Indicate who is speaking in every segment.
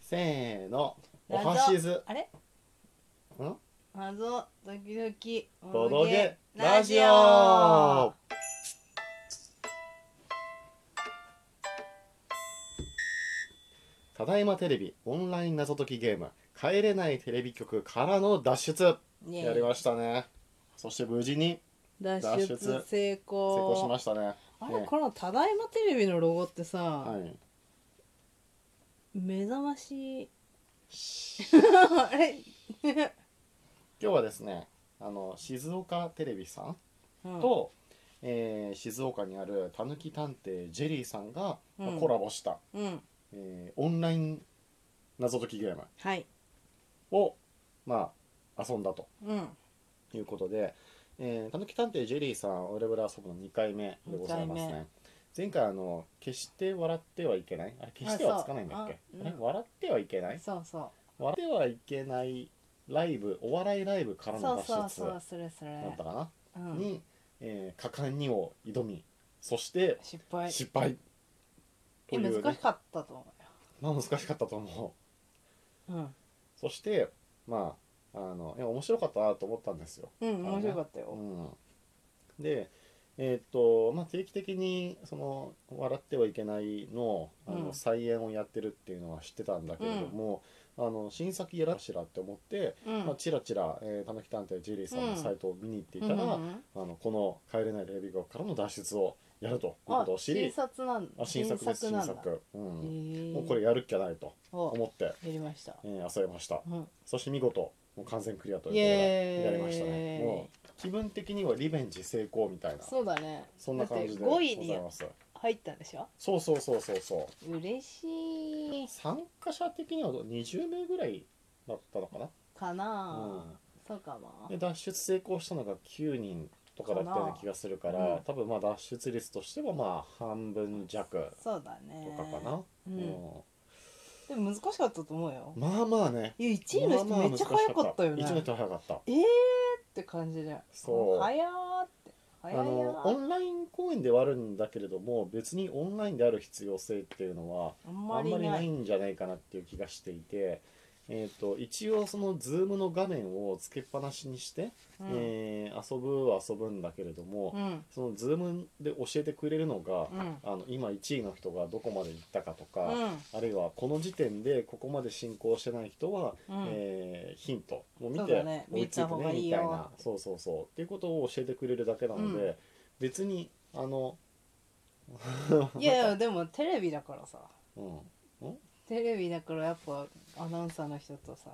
Speaker 1: せーのお
Speaker 2: 謎
Speaker 1: はしず
Speaker 2: あれ
Speaker 1: ん
Speaker 2: 謎時々
Speaker 1: ボドゲラジオただいまテレビオンライン謎解きゲーム「帰れないテレビ局」からの脱出
Speaker 2: イエーイ
Speaker 1: やりましたねそして無事に
Speaker 2: 脱出
Speaker 1: 脱出
Speaker 2: 成
Speaker 1: 成
Speaker 2: 功
Speaker 1: 功しましたね
Speaker 2: あ
Speaker 1: ね
Speaker 2: れこの「ただいまテレビ」のロゴってさ、
Speaker 1: はい
Speaker 2: 目覚まし あれ、
Speaker 1: 今日はですねあの静岡テレビさん
Speaker 2: うん
Speaker 1: と、えー静岡にあるたぬき探偵ジェリーさんが、まあ
Speaker 2: うん
Speaker 1: コラボした、
Speaker 2: うん
Speaker 1: えーオンライン謎解きゲーム
Speaker 2: はい
Speaker 1: を、まあ、遊んだと
Speaker 2: うん
Speaker 1: いうことで、えー、たぬき探偵ジェリーさん我々遊ぶの2回目でございます
Speaker 2: 二回
Speaker 1: ね前回あの決して笑ってはいけないあれ決してはつかないんだっけ
Speaker 2: そう
Speaker 1: あ
Speaker 2: あ
Speaker 1: れ
Speaker 2: うん
Speaker 1: 笑ってはいけない
Speaker 2: そうそ
Speaker 1: 笑ってはいけないライブお笑いライブか
Speaker 2: う
Speaker 1: ら
Speaker 2: そ
Speaker 1: の
Speaker 2: う
Speaker 1: 脱
Speaker 2: そう
Speaker 1: 出
Speaker 2: そうそれそ
Speaker 1: だ
Speaker 2: れ
Speaker 1: ったかな
Speaker 2: うん
Speaker 1: に、えー果敢にを挑みそして
Speaker 2: 失敗
Speaker 1: 失敗と
Speaker 2: え
Speaker 1: いう、ね、
Speaker 2: 難しかったと思
Speaker 1: まあ難しかったと思う
Speaker 2: うよ
Speaker 1: そしてまああのいや面白かったなと思ったんですよ、
Speaker 2: うんうん
Speaker 1: あのね
Speaker 2: 面白かった
Speaker 1: う
Speaker 2: よ
Speaker 1: ん、でえーっとまあ定期的にその「笑ってはいけないの」あの、
Speaker 2: うん
Speaker 1: 再演をやってるっていうのは知ってたんだけれども、あの新作やらしらって思って、
Speaker 2: うん
Speaker 1: まあ、チラチラ、えー、たぬき探偵ジェリーさんのサイトを見に行っていたら、
Speaker 2: うんうん
Speaker 1: あのこの「帰れないテレビ局」からの脱出をやるという
Speaker 2: うん
Speaker 1: こ
Speaker 2: あ
Speaker 1: とを知り
Speaker 2: 新作なんだ
Speaker 1: あ新作です新
Speaker 2: なん
Speaker 1: 作
Speaker 2: だ
Speaker 1: うん
Speaker 2: へえ
Speaker 1: もうこれやるっきゃないと
Speaker 2: お
Speaker 1: 思って、
Speaker 2: やりました
Speaker 1: えー、遊びました
Speaker 2: うん
Speaker 1: そして見事もう完全クリアということ
Speaker 2: イエー
Speaker 1: で
Speaker 2: イ
Speaker 1: やりましたねもう気分的にはリベンジ成功みたいなそ
Speaker 2: そうだね
Speaker 1: んな感じで
Speaker 2: だっ
Speaker 1: ご
Speaker 2: て5位
Speaker 1: ざい
Speaker 2: に
Speaker 1: ます
Speaker 2: 入ったんでしょ
Speaker 1: そうそうそうそうそう
Speaker 2: 嬉しい
Speaker 1: 参加者的には20名ぐらいだったのかな、
Speaker 2: か
Speaker 1: う
Speaker 2: なんそうかも
Speaker 1: で脱出成功したのが9人とかだったような気がするから
Speaker 2: かなうん
Speaker 1: 多分まあ脱出率としてはまあ半分弱
Speaker 2: そうだ
Speaker 1: と
Speaker 2: ね
Speaker 1: かかな、
Speaker 2: うんでも難しかったと思うよ
Speaker 1: うんまあまあね
Speaker 2: いや1位の人めっちゃ早かったよね
Speaker 1: 1位の人早かった
Speaker 2: えーって感じで
Speaker 1: そう
Speaker 2: 早ーって
Speaker 1: あ
Speaker 2: 早い
Speaker 1: の
Speaker 2: よ
Speaker 1: オンライン公演ではあるんだけれども別にオンラインである必要性っていうのは
Speaker 2: あん
Speaker 1: あ
Speaker 2: ま
Speaker 1: ん
Speaker 2: り
Speaker 1: まり
Speaker 2: な
Speaker 1: ない
Speaker 2: い
Speaker 1: んじゃないかなっていう気がしていて、えー、と一応その Zoom の画面をつけっぱなしにして、
Speaker 2: うん
Speaker 1: えー遊ぶは遊ぶんだけれども、
Speaker 2: うん
Speaker 1: その Zoom で教えてくれるのが、
Speaker 2: うん
Speaker 1: あの今1位の人がどこまで行ったかと
Speaker 2: う
Speaker 1: か、
Speaker 2: ん
Speaker 1: あるいはこの時点でここまで進行してない人は、
Speaker 2: うん
Speaker 1: えーヒントを見
Speaker 2: そう
Speaker 1: て
Speaker 2: だね
Speaker 1: 追いついて
Speaker 2: 見た方
Speaker 1: ね
Speaker 2: がいい
Speaker 1: み
Speaker 2: よ
Speaker 1: たいなそうそうそうっていうことを教えてくれるだけなので、
Speaker 2: うん
Speaker 1: 別にあの、
Speaker 2: いやいやでもテレビだからさ
Speaker 1: うん、
Speaker 2: テレビだからやっぱアナウンサーの人とさ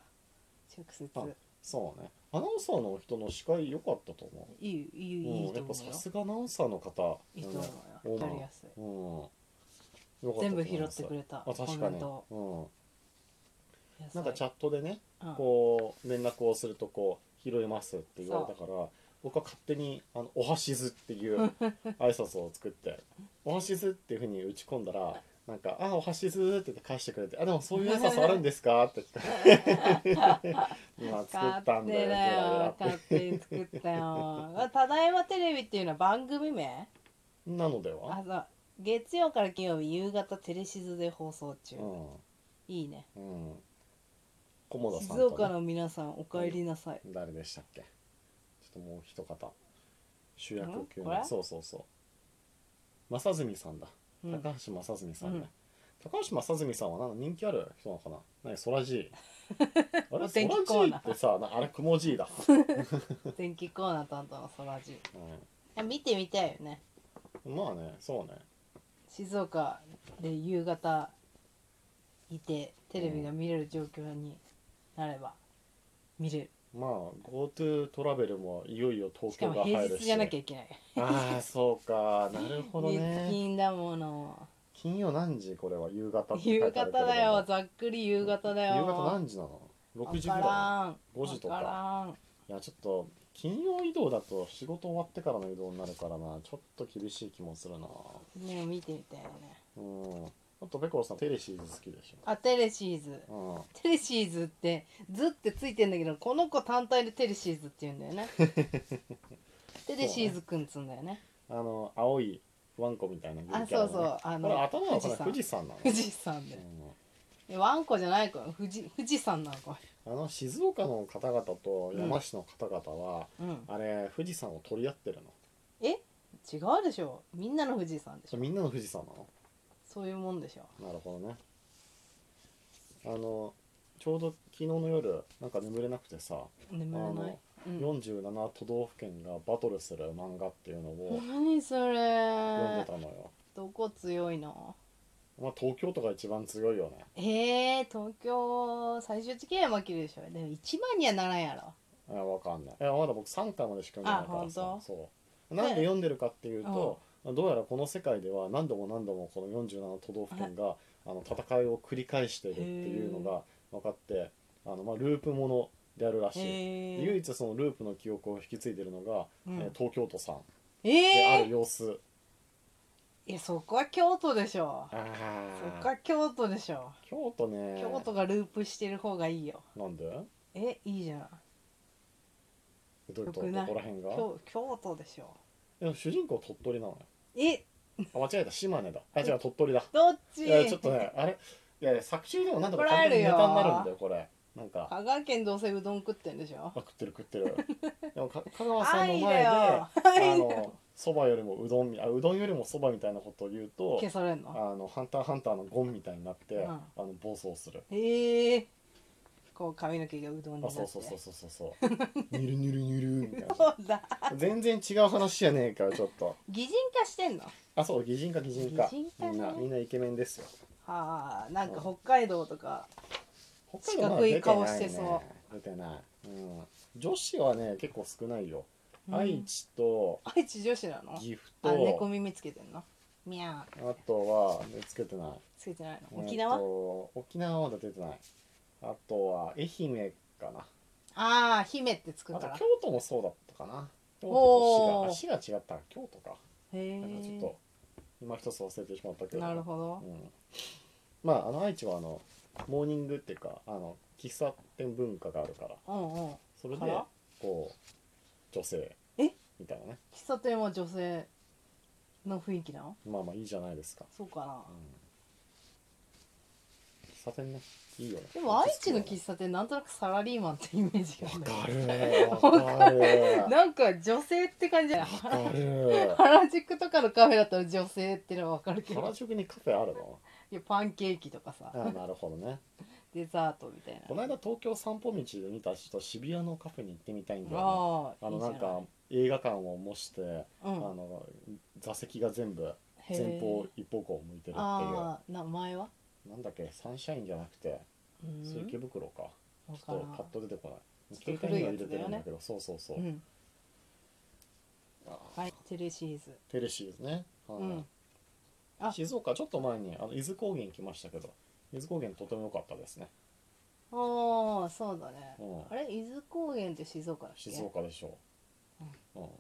Speaker 2: 直接
Speaker 1: あそうねアナウンサーの人の司会良かったと思、
Speaker 2: いいいいういい
Speaker 1: うん、
Speaker 2: と
Speaker 1: やっ
Speaker 2: 思
Speaker 1: ぱ
Speaker 2: うよ
Speaker 1: さすがアナウンサーの方
Speaker 2: いいと思う
Speaker 1: う
Speaker 2: よ
Speaker 1: ん
Speaker 2: やりやすい
Speaker 1: うん、よかったと思います
Speaker 2: 全部拾ってくれた
Speaker 1: あ
Speaker 2: コ
Speaker 1: 確
Speaker 2: メ
Speaker 1: か
Speaker 2: ン
Speaker 1: に、
Speaker 2: ト
Speaker 1: う
Speaker 2: 野菜
Speaker 1: ん、なんかチャットでね
Speaker 2: うん
Speaker 1: こう連絡をするとこう拾いますって言われたから僕は勝手にあの「おはしず」って いう挨拶を作って「おはしず」っていうふうに打ち込んだらなんか「あおはしず」って言って返してくれて「あでもそういう挨拶あるんですか?」って聞 かれて今作ったんだよゲラゲラ
Speaker 2: よ
Speaker 1: って
Speaker 2: 勝手に作ったよ ただいまテレビっていうのは番組名
Speaker 1: なので
Speaker 2: あ
Speaker 1: は
Speaker 2: そう月曜から金曜日夕方テレシズで放送中、
Speaker 1: うん
Speaker 2: いいね
Speaker 1: うん菰田さん
Speaker 2: 静岡
Speaker 1: と、ね、
Speaker 2: の皆さんお帰りなさい、
Speaker 1: 誰でしたっけちょっともう一方主
Speaker 2: ん
Speaker 1: 役級
Speaker 2: これ
Speaker 1: のそうそうそう正純さんだ
Speaker 2: うん
Speaker 1: 高橋正純さん
Speaker 2: うん
Speaker 1: ね、高橋正純さんはなんか人気ある人なのかな何ソラジ ーあれ
Speaker 2: お
Speaker 1: ソ
Speaker 2: 天
Speaker 1: ラ
Speaker 2: 気
Speaker 1: ジ
Speaker 2: コー
Speaker 1: ー
Speaker 2: ナー
Speaker 1: ってさなあれ雲じいだ、
Speaker 2: 天気コーナー担当のそらじ
Speaker 1: う
Speaker 2: あ見てみたいよね
Speaker 1: ん、まあねそうね
Speaker 2: 静岡で夕方いてテレビが見れる状況になれば見れる
Speaker 1: まあ GoTo トラベルもいよいよ東
Speaker 2: しか
Speaker 1: 京
Speaker 2: も
Speaker 1: が
Speaker 2: 平
Speaker 1: 入る
Speaker 2: 日
Speaker 1: し
Speaker 2: じゃなきゃいけない
Speaker 1: ああそうかなるほど
Speaker 2: 月
Speaker 1: ね
Speaker 2: 金だもの
Speaker 1: 金曜何時これは夕方って書い
Speaker 2: 夕
Speaker 1: てあるけれど
Speaker 2: 方
Speaker 1: も
Speaker 2: だよざっくり夕方だよ
Speaker 1: 夕方何時なの6時ぐ
Speaker 2: わ
Speaker 1: ら
Speaker 2: からん
Speaker 1: 5時とか
Speaker 2: わらん
Speaker 1: いいやちょっと金曜移動だと仕事終わってからの移動になるからなちょっと厳しい気もするな
Speaker 2: でも見てみたいよね
Speaker 1: うんあとペコロさんテレシーズ好きでし
Speaker 2: あテレシーズ
Speaker 1: ょ、
Speaker 2: テレシーズって「ず」ってついてんだけどこの子単体でテレシーズって言うんだ よねテレシーズくんっつうんだよね
Speaker 1: うん、あの青いワンコみたいな
Speaker 2: あそうそう
Speaker 1: あ
Speaker 2: あ
Speaker 1: のこれ
Speaker 2: の
Speaker 1: 頭のこれ
Speaker 2: 富
Speaker 1: 富士
Speaker 2: 士山
Speaker 1: 山なの
Speaker 2: 富士山で
Speaker 1: うん
Speaker 2: いやワンコじゃないか富士富士山なのか
Speaker 1: あの静岡の方々と山梨の方々は、
Speaker 2: うん
Speaker 1: あれ富士山を取り合ってるの
Speaker 2: 違うでしょみんなの富士山でし
Speaker 1: そ
Speaker 2: ょ
Speaker 1: れみんなの富士山なの
Speaker 2: そういうもんでしょ
Speaker 1: なるほどねあのちょうど昨日の夜なんか眠れなくてさ、
Speaker 2: 眠れない、うん、
Speaker 1: 47都道府県がバトルする漫画っていうのを
Speaker 2: 何そ
Speaker 1: 読ん
Speaker 2: れ
Speaker 1: でたのよ、
Speaker 2: どこ強いの
Speaker 1: まあ東京とか一番強いよね
Speaker 2: えー、東京最終的には負けるでしょでも一番にはならんやろ
Speaker 1: あわかんないいやまだ僕3巻までしか読んでないから
Speaker 2: あ
Speaker 1: さ
Speaker 2: 本当
Speaker 1: そうなんで読んでるかっていうと、どうやらこの世界では何度も何度もこの47都道府県があの戦いを繰り返してるっていうのが分かってあの、まあ、ループものであるらしい、
Speaker 2: え
Speaker 1: 唯
Speaker 2: ー、
Speaker 1: 一そのループの記憶を引き継いでるのが、
Speaker 2: うん
Speaker 1: えー東京都さんであ
Speaker 2: え
Speaker 1: る
Speaker 2: ー、
Speaker 1: 様子、
Speaker 2: いやそこは京都でしょ
Speaker 1: あ
Speaker 2: そ
Speaker 1: あ
Speaker 2: こは京都でしょ
Speaker 1: 京都ね
Speaker 2: 京都がループしてる方がいいよ
Speaker 1: なんで
Speaker 2: えいいじゃん
Speaker 1: どういうこと
Speaker 2: よく
Speaker 1: ど
Speaker 2: ない
Speaker 1: こら辺が
Speaker 2: 京京都でしょ
Speaker 1: いや主人公鳥取なのよ
Speaker 2: え
Speaker 1: あ間違えた島根だあ違う鳥取だ
Speaker 2: どっち
Speaker 1: いやちょっとねあれいやいや作中でもなんとか
Speaker 2: 怒られる
Speaker 1: ネ
Speaker 2: よ
Speaker 1: タになるんだよこれなんか
Speaker 2: 香川県どうせうどん食ってんでしょ
Speaker 1: あ食ってる食ってるで もか香川さんの前で
Speaker 2: 愛だよ
Speaker 1: あ
Speaker 2: 愛だ
Speaker 1: のそばよりもうどんみあうどんよりもそばみたいなことを言うと
Speaker 2: 消されん
Speaker 1: あ
Speaker 2: の
Speaker 1: のハンターハンターのゴンみたいになって、
Speaker 2: うん
Speaker 1: あの暴走する
Speaker 2: ええこう髪の毛がうどんにな
Speaker 1: あ
Speaker 2: って
Speaker 1: そうそうそうそうそうそうニュルニュルニュルみたい
Speaker 2: そう だ
Speaker 1: な全然違う話やねえからちょっと
Speaker 2: 擬人化してんの
Speaker 1: あそう擬人化擬人化
Speaker 2: 擬人化ね
Speaker 1: みんなみんなイケメンですよ
Speaker 2: はあなんか北海道とか
Speaker 1: 北海道まだ
Speaker 2: 四角い顔して
Speaker 1: 出てないね出てない、うん、女子はね結構少ないよ、愛知と
Speaker 2: 愛知女子なの
Speaker 1: 岐阜
Speaker 2: あ猫
Speaker 1: と
Speaker 2: 耳つけてんのみゃー
Speaker 1: あとはねつけてない
Speaker 2: つけてないの沖縄、
Speaker 1: えーと沖縄はまだ出てないあとは愛媛かな
Speaker 2: ああ姫ってつく
Speaker 1: あ
Speaker 2: か
Speaker 1: と
Speaker 2: らへ
Speaker 1: 京都もそうだったかな京
Speaker 2: お
Speaker 1: 都
Speaker 2: ー
Speaker 1: と滋賀あ滋賀違ったか京都かなんかちょっ
Speaker 2: え
Speaker 1: と今一つ忘れてしまったけど
Speaker 2: なるほど
Speaker 1: うん、まああの愛知はあのモーニングっていうかあの喫茶店文化があるから
Speaker 2: うんうん
Speaker 1: それで
Speaker 2: から
Speaker 1: こう女性
Speaker 2: え
Speaker 1: みたいなね
Speaker 2: 喫茶店は女性の雰囲気なの
Speaker 1: まあまあいいじゃないですか、
Speaker 2: そうかな
Speaker 1: うん、喫茶店ねいいよね
Speaker 2: でも愛知の喫茶店なんとなくサラリーマンってイメージが
Speaker 1: わ
Speaker 2: ね
Speaker 1: かるわかる
Speaker 2: なんか女性って感じだよ
Speaker 1: わかる
Speaker 2: 原宿とかのカフェだったら女性ってのはわかるけど
Speaker 1: 原宿にカフェあるの
Speaker 2: いやパンケーキとかさ
Speaker 1: あなるほどね
Speaker 2: デザートみたい
Speaker 1: こ
Speaker 2: な
Speaker 1: の間東京散歩道で見た人渋谷のカフェに行ってみたいんだよね
Speaker 2: ああ
Speaker 1: あ
Speaker 2: い
Speaker 1: の
Speaker 2: いじゃ
Speaker 1: ないんか映画館を模して
Speaker 2: う
Speaker 1: あ
Speaker 2: ん
Speaker 1: の座席が全部
Speaker 2: へえ
Speaker 1: 前方一方向を向いてるってい
Speaker 2: ああ名前は
Speaker 1: うなんだっけサンシャインじゃなくて
Speaker 2: う
Speaker 1: そう池
Speaker 2: ん
Speaker 1: 袋か
Speaker 2: わ
Speaker 1: ち
Speaker 2: か
Speaker 1: ょ
Speaker 2: ら
Speaker 1: っとパッ
Speaker 2: ん
Speaker 1: と出てこない
Speaker 2: ちょ
Speaker 1: 携
Speaker 2: っと
Speaker 1: 帯
Speaker 2: 古い
Speaker 1: には入
Speaker 2: やつ
Speaker 1: れてるん
Speaker 2: だ
Speaker 1: だ
Speaker 2: よ
Speaker 1: けどそうそうそううんあ
Speaker 2: はいテレシーズ
Speaker 1: テレシーですねはい
Speaker 2: うんあ
Speaker 1: 静岡ちょっと前にあの伊豆高原来ましたけど伊豆高原とても良かったですね
Speaker 2: ああそうだね
Speaker 1: うん
Speaker 2: あれ伊豆高原って静岡だっけ
Speaker 1: 静岡でしょう、うんだか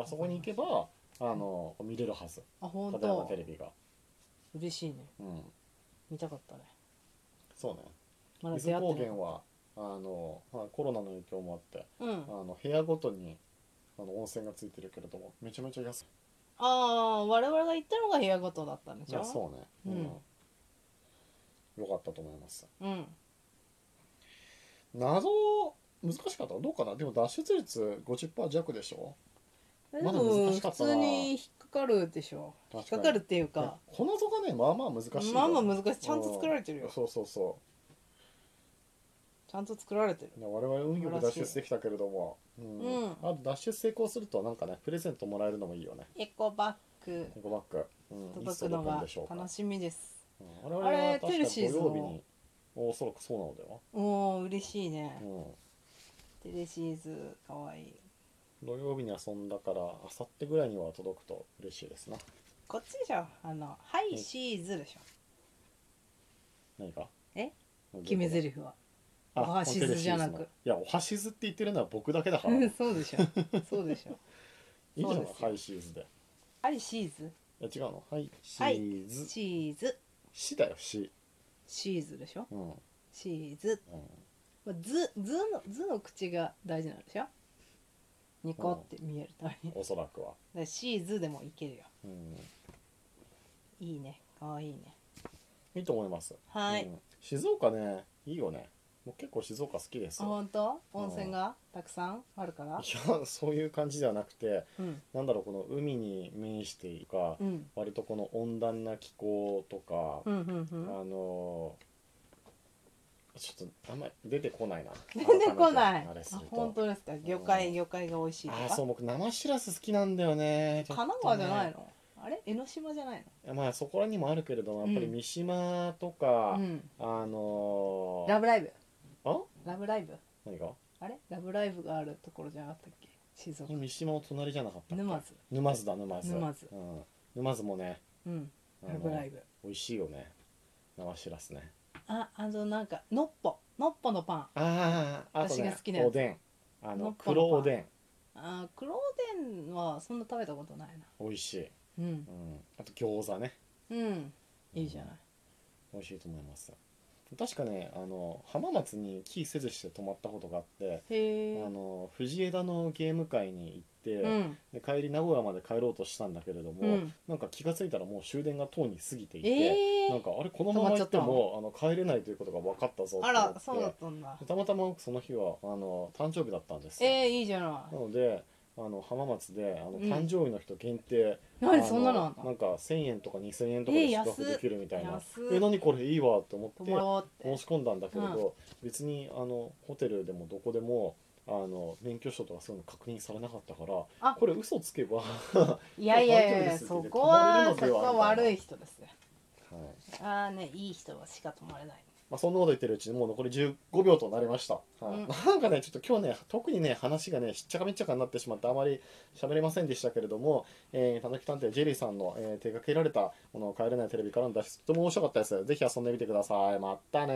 Speaker 1: らそこに行けばあの見れるはず
Speaker 2: あ本
Speaker 1: 片山
Speaker 2: 当
Speaker 1: テレビが
Speaker 2: 嬉しいね
Speaker 1: うん
Speaker 2: 見たかったね
Speaker 1: そうね
Speaker 2: まだ
Speaker 1: 伊
Speaker 2: 出
Speaker 1: 豆
Speaker 2: 会
Speaker 1: 高
Speaker 2: ってない
Speaker 1: 原はあの、まあ、コロナの影響もあって
Speaker 2: うん
Speaker 1: あの部屋ごとにあの温泉がついてるけれどもめちゃめちゃ安い
Speaker 2: ああ我々が行ったのが部屋ごとだったんで
Speaker 1: い
Speaker 2: しょ
Speaker 1: やそうね
Speaker 2: うん
Speaker 1: よかったと思います
Speaker 2: うん
Speaker 1: 謎難しかったどうかなでも脱出率50%弱でしょ
Speaker 2: で
Speaker 1: まだ
Speaker 2: も
Speaker 1: 難しか
Speaker 2: 普
Speaker 1: ったな
Speaker 2: 通に引っかかるでしょ引っ
Speaker 1: 確か
Speaker 2: か
Speaker 1: に
Speaker 2: かるっていう
Speaker 1: いや
Speaker 2: か
Speaker 1: この図がねまあまあ難しいよ
Speaker 2: まあまあ難しいちゃんと作られてるよ
Speaker 1: そうそうそ
Speaker 2: ちゃんと作られてる
Speaker 1: ういや我々運よく脱出できたけれども、うん
Speaker 2: うん
Speaker 1: あと脱出成功するとなんかねプレゼントもらえるのもいいよね
Speaker 2: エコバッグ
Speaker 1: エコバッグ、うん、
Speaker 2: 届くの
Speaker 1: いつ届くん
Speaker 2: が
Speaker 1: でしょうか
Speaker 2: 楽しみです
Speaker 1: うん我々は
Speaker 2: あれ
Speaker 1: 確か
Speaker 2: テルシ
Speaker 1: 土
Speaker 2: ーズの
Speaker 1: 曜日におそらくそうなのでは、
Speaker 2: おお嬉しいね
Speaker 1: うん、
Speaker 2: テレシーズかわいい
Speaker 1: 土曜日に遊んだから明後日ぐらいには届くと嬉しいですな
Speaker 2: こっちでしょあの「はいシーズ」でしょ
Speaker 1: 何かどう
Speaker 2: え
Speaker 1: いうこと
Speaker 2: 決め台詞は
Speaker 1: あ
Speaker 2: おはしずじゃなく
Speaker 1: テレシーズのいやおはしずって言ってるのは僕だけだからいい
Speaker 2: そうでしょそうでし ょ
Speaker 1: じゃない
Speaker 2: そうですよ
Speaker 1: ハイシーズで
Speaker 2: 「はいシーズ
Speaker 1: いや違うのはいシ
Speaker 2: はい
Speaker 1: ー」ズ、
Speaker 2: シーズ
Speaker 1: しだよし
Speaker 2: シーズでしょ
Speaker 1: うん、うん、
Speaker 2: シーズまあズズのズの口が大事なんでしょニコって見えるためにだか
Speaker 1: おそらくは
Speaker 2: らシーズでもいけるよ
Speaker 1: うん
Speaker 2: いいねかわいいね
Speaker 1: いいと思います
Speaker 2: はい
Speaker 1: うん静岡ねいいよねもう結構静岡好きです
Speaker 2: あ
Speaker 1: よ
Speaker 2: 本当
Speaker 1: うん
Speaker 2: 温泉がたくさんあるから
Speaker 1: いやそういう感じではなくて
Speaker 2: うん
Speaker 1: なんだろうこの海に面しているか、
Speaker 2: うん
Speaker 1: 割とこの温暖な気候とか
Speaker 2: う、んうんうん
Speaker 1: あのーちょっとあんまり出てこないな
Speaker 2: 出てこな
Speaker 1: 改め
Speaker 2: い
Speaker 1: てあれす
Speaker 2: あ
Speaker 1: ると
Speaker 2: 本当ですか魚
Speaker 1: う
Speaker 2: 介
Speaker 1: ん
Speaker 2: 魚介が美味しいと
Speaker 1: あーそう
Speaker 2: か
Speaker 1: 僕生しらす好きなんだよね
Speaker 2: 神奈川じゃない
Speaker 1: の
Speaker 2: のあれ江ノ島じゃない
Speaker 1: まあそこらにもあるけれどもやっぱり
Speaker 2: うん
Speaker 1: 三島と
Speaker 2: の
Speaker 1: か、
Speaker 2: うん
Speaker 1: あのー
Speaker 2: ラブライブ
Speaker 1: あ
Speaker 2: ラブライブ
Speaker 1: 何が
Speaker 2: あれラブライブがあるところじゃなかったっけ静岡
Speaker 1: 三島の隣じゃなかったっけ
Speaker 2: 沼津
Speaker 1: 沼津だ沼津
Speaker 2: 沼津
Speaker 1: うん、沼津もね
Speaker 2: うん
Speaker 1: あ
Speaker 2: ラブラ
Speaker 1: の
Speaker 2: イブ
Speaker 1: 美味しいよね生しらすね
Speaker 2: ああのなんかのっぽのっぽのパン
Speaker 1: あああと
Speaker 2: 私が
Speaker 1: ね
Speaker 2: 好きなやつ
Speaker 1: おでんあ
Speaker 2: のっ
Speaker 1: の
Speaker 2: ぽの
Speaker 1: 黒おでん
Speaker 2: あー黒おでんはそんな食べたことないな
Speaker 1: 美味しい、
Speaker 2: うん
Speaker 1: うん、あと餃子ね
Speaker 2: うんいいじゃない
Speaker 1: 美味しいと思います確かねあの浜松に帰せずして泊まったことがあって、
Speaker 2: へえ
Speaker 1: あの藤枝のゲーム会に行って、
Speaker 2: うん
Speaker 1: で帰り名古屋まで帰ろうとしたんだけれども、
Speaker 2: うん
Speaker 1: なんか気がついたらもう終電がとうに過ぎていて、
Speaker 2: え
Speaker 1: なん
Speaker 2: ー
Speaker 1: かあれこのまま行ってもあの帰れないということが分かったぞって
Speaker 2: あ
Speaker 1: 思
Speaker 2: ら
Speaker 1: って
Speaker 2: そうだったんだ
Speaker 1: たまたま僕その日はあの誕生日だったんですよ、
Speaker 2: えーいいじゃな
Speaker 1: なのであの浜松であの
Speaker 2: うん
Speaker 1: 誕生日の人限定、
Speaker 2: い何そんなのあん
Speaker 1: あのなんか1000円とか2000円とか
Speaker 2: え
Speaker 1: で
Speaker 2: ー
Speaker 1: 宿
Speaker 2: 安
Speaker 1: 泊できるみたいな
Speaker 2: 安
Speaker 1: え何これいいわと思
Speaker 2: 泊
Speaker 1: って
Speaker 2: まろうっ
Speaker 1: 申
Speaker 2: て
Speaker 1: し込んだんだけれど、別にあのホテルでもどこでもあの免許証とかそういうの確認されなかったから
Speaker 2: あ
Speaker 1: これ嘘つけば、はい
Speaker 2: やいや
Speaker 1: 大
Speaker 2: いやい
Speaker 1: 丈夫で
Speaker 2: や
Speaker 1: す
Speaker 2: そこは
Speaker 1: 泊ま
Speaker 2: そ
Speaker 1: れるのでは
Speaker 2: こは悪い人ですよ
Speaker 1: い
Speaker 2: ああねいい人はしか泊まれない
Speaker 1: まあ、そんなこと言ってるうちにもう残り15秒となりました、はい
Speaker 2: うん
Speaker 1: なんかねちょっと今日ね特にね話がねしっちゃかめっちゃかになってしまってあまり喋れませんでしたけれども「えー、たぬき探偵ジェリー」さんの、えー手掛けられたこの「帰れないテレビ」からの脱出とても面白かったですぜひ遊んでみてくださいまたね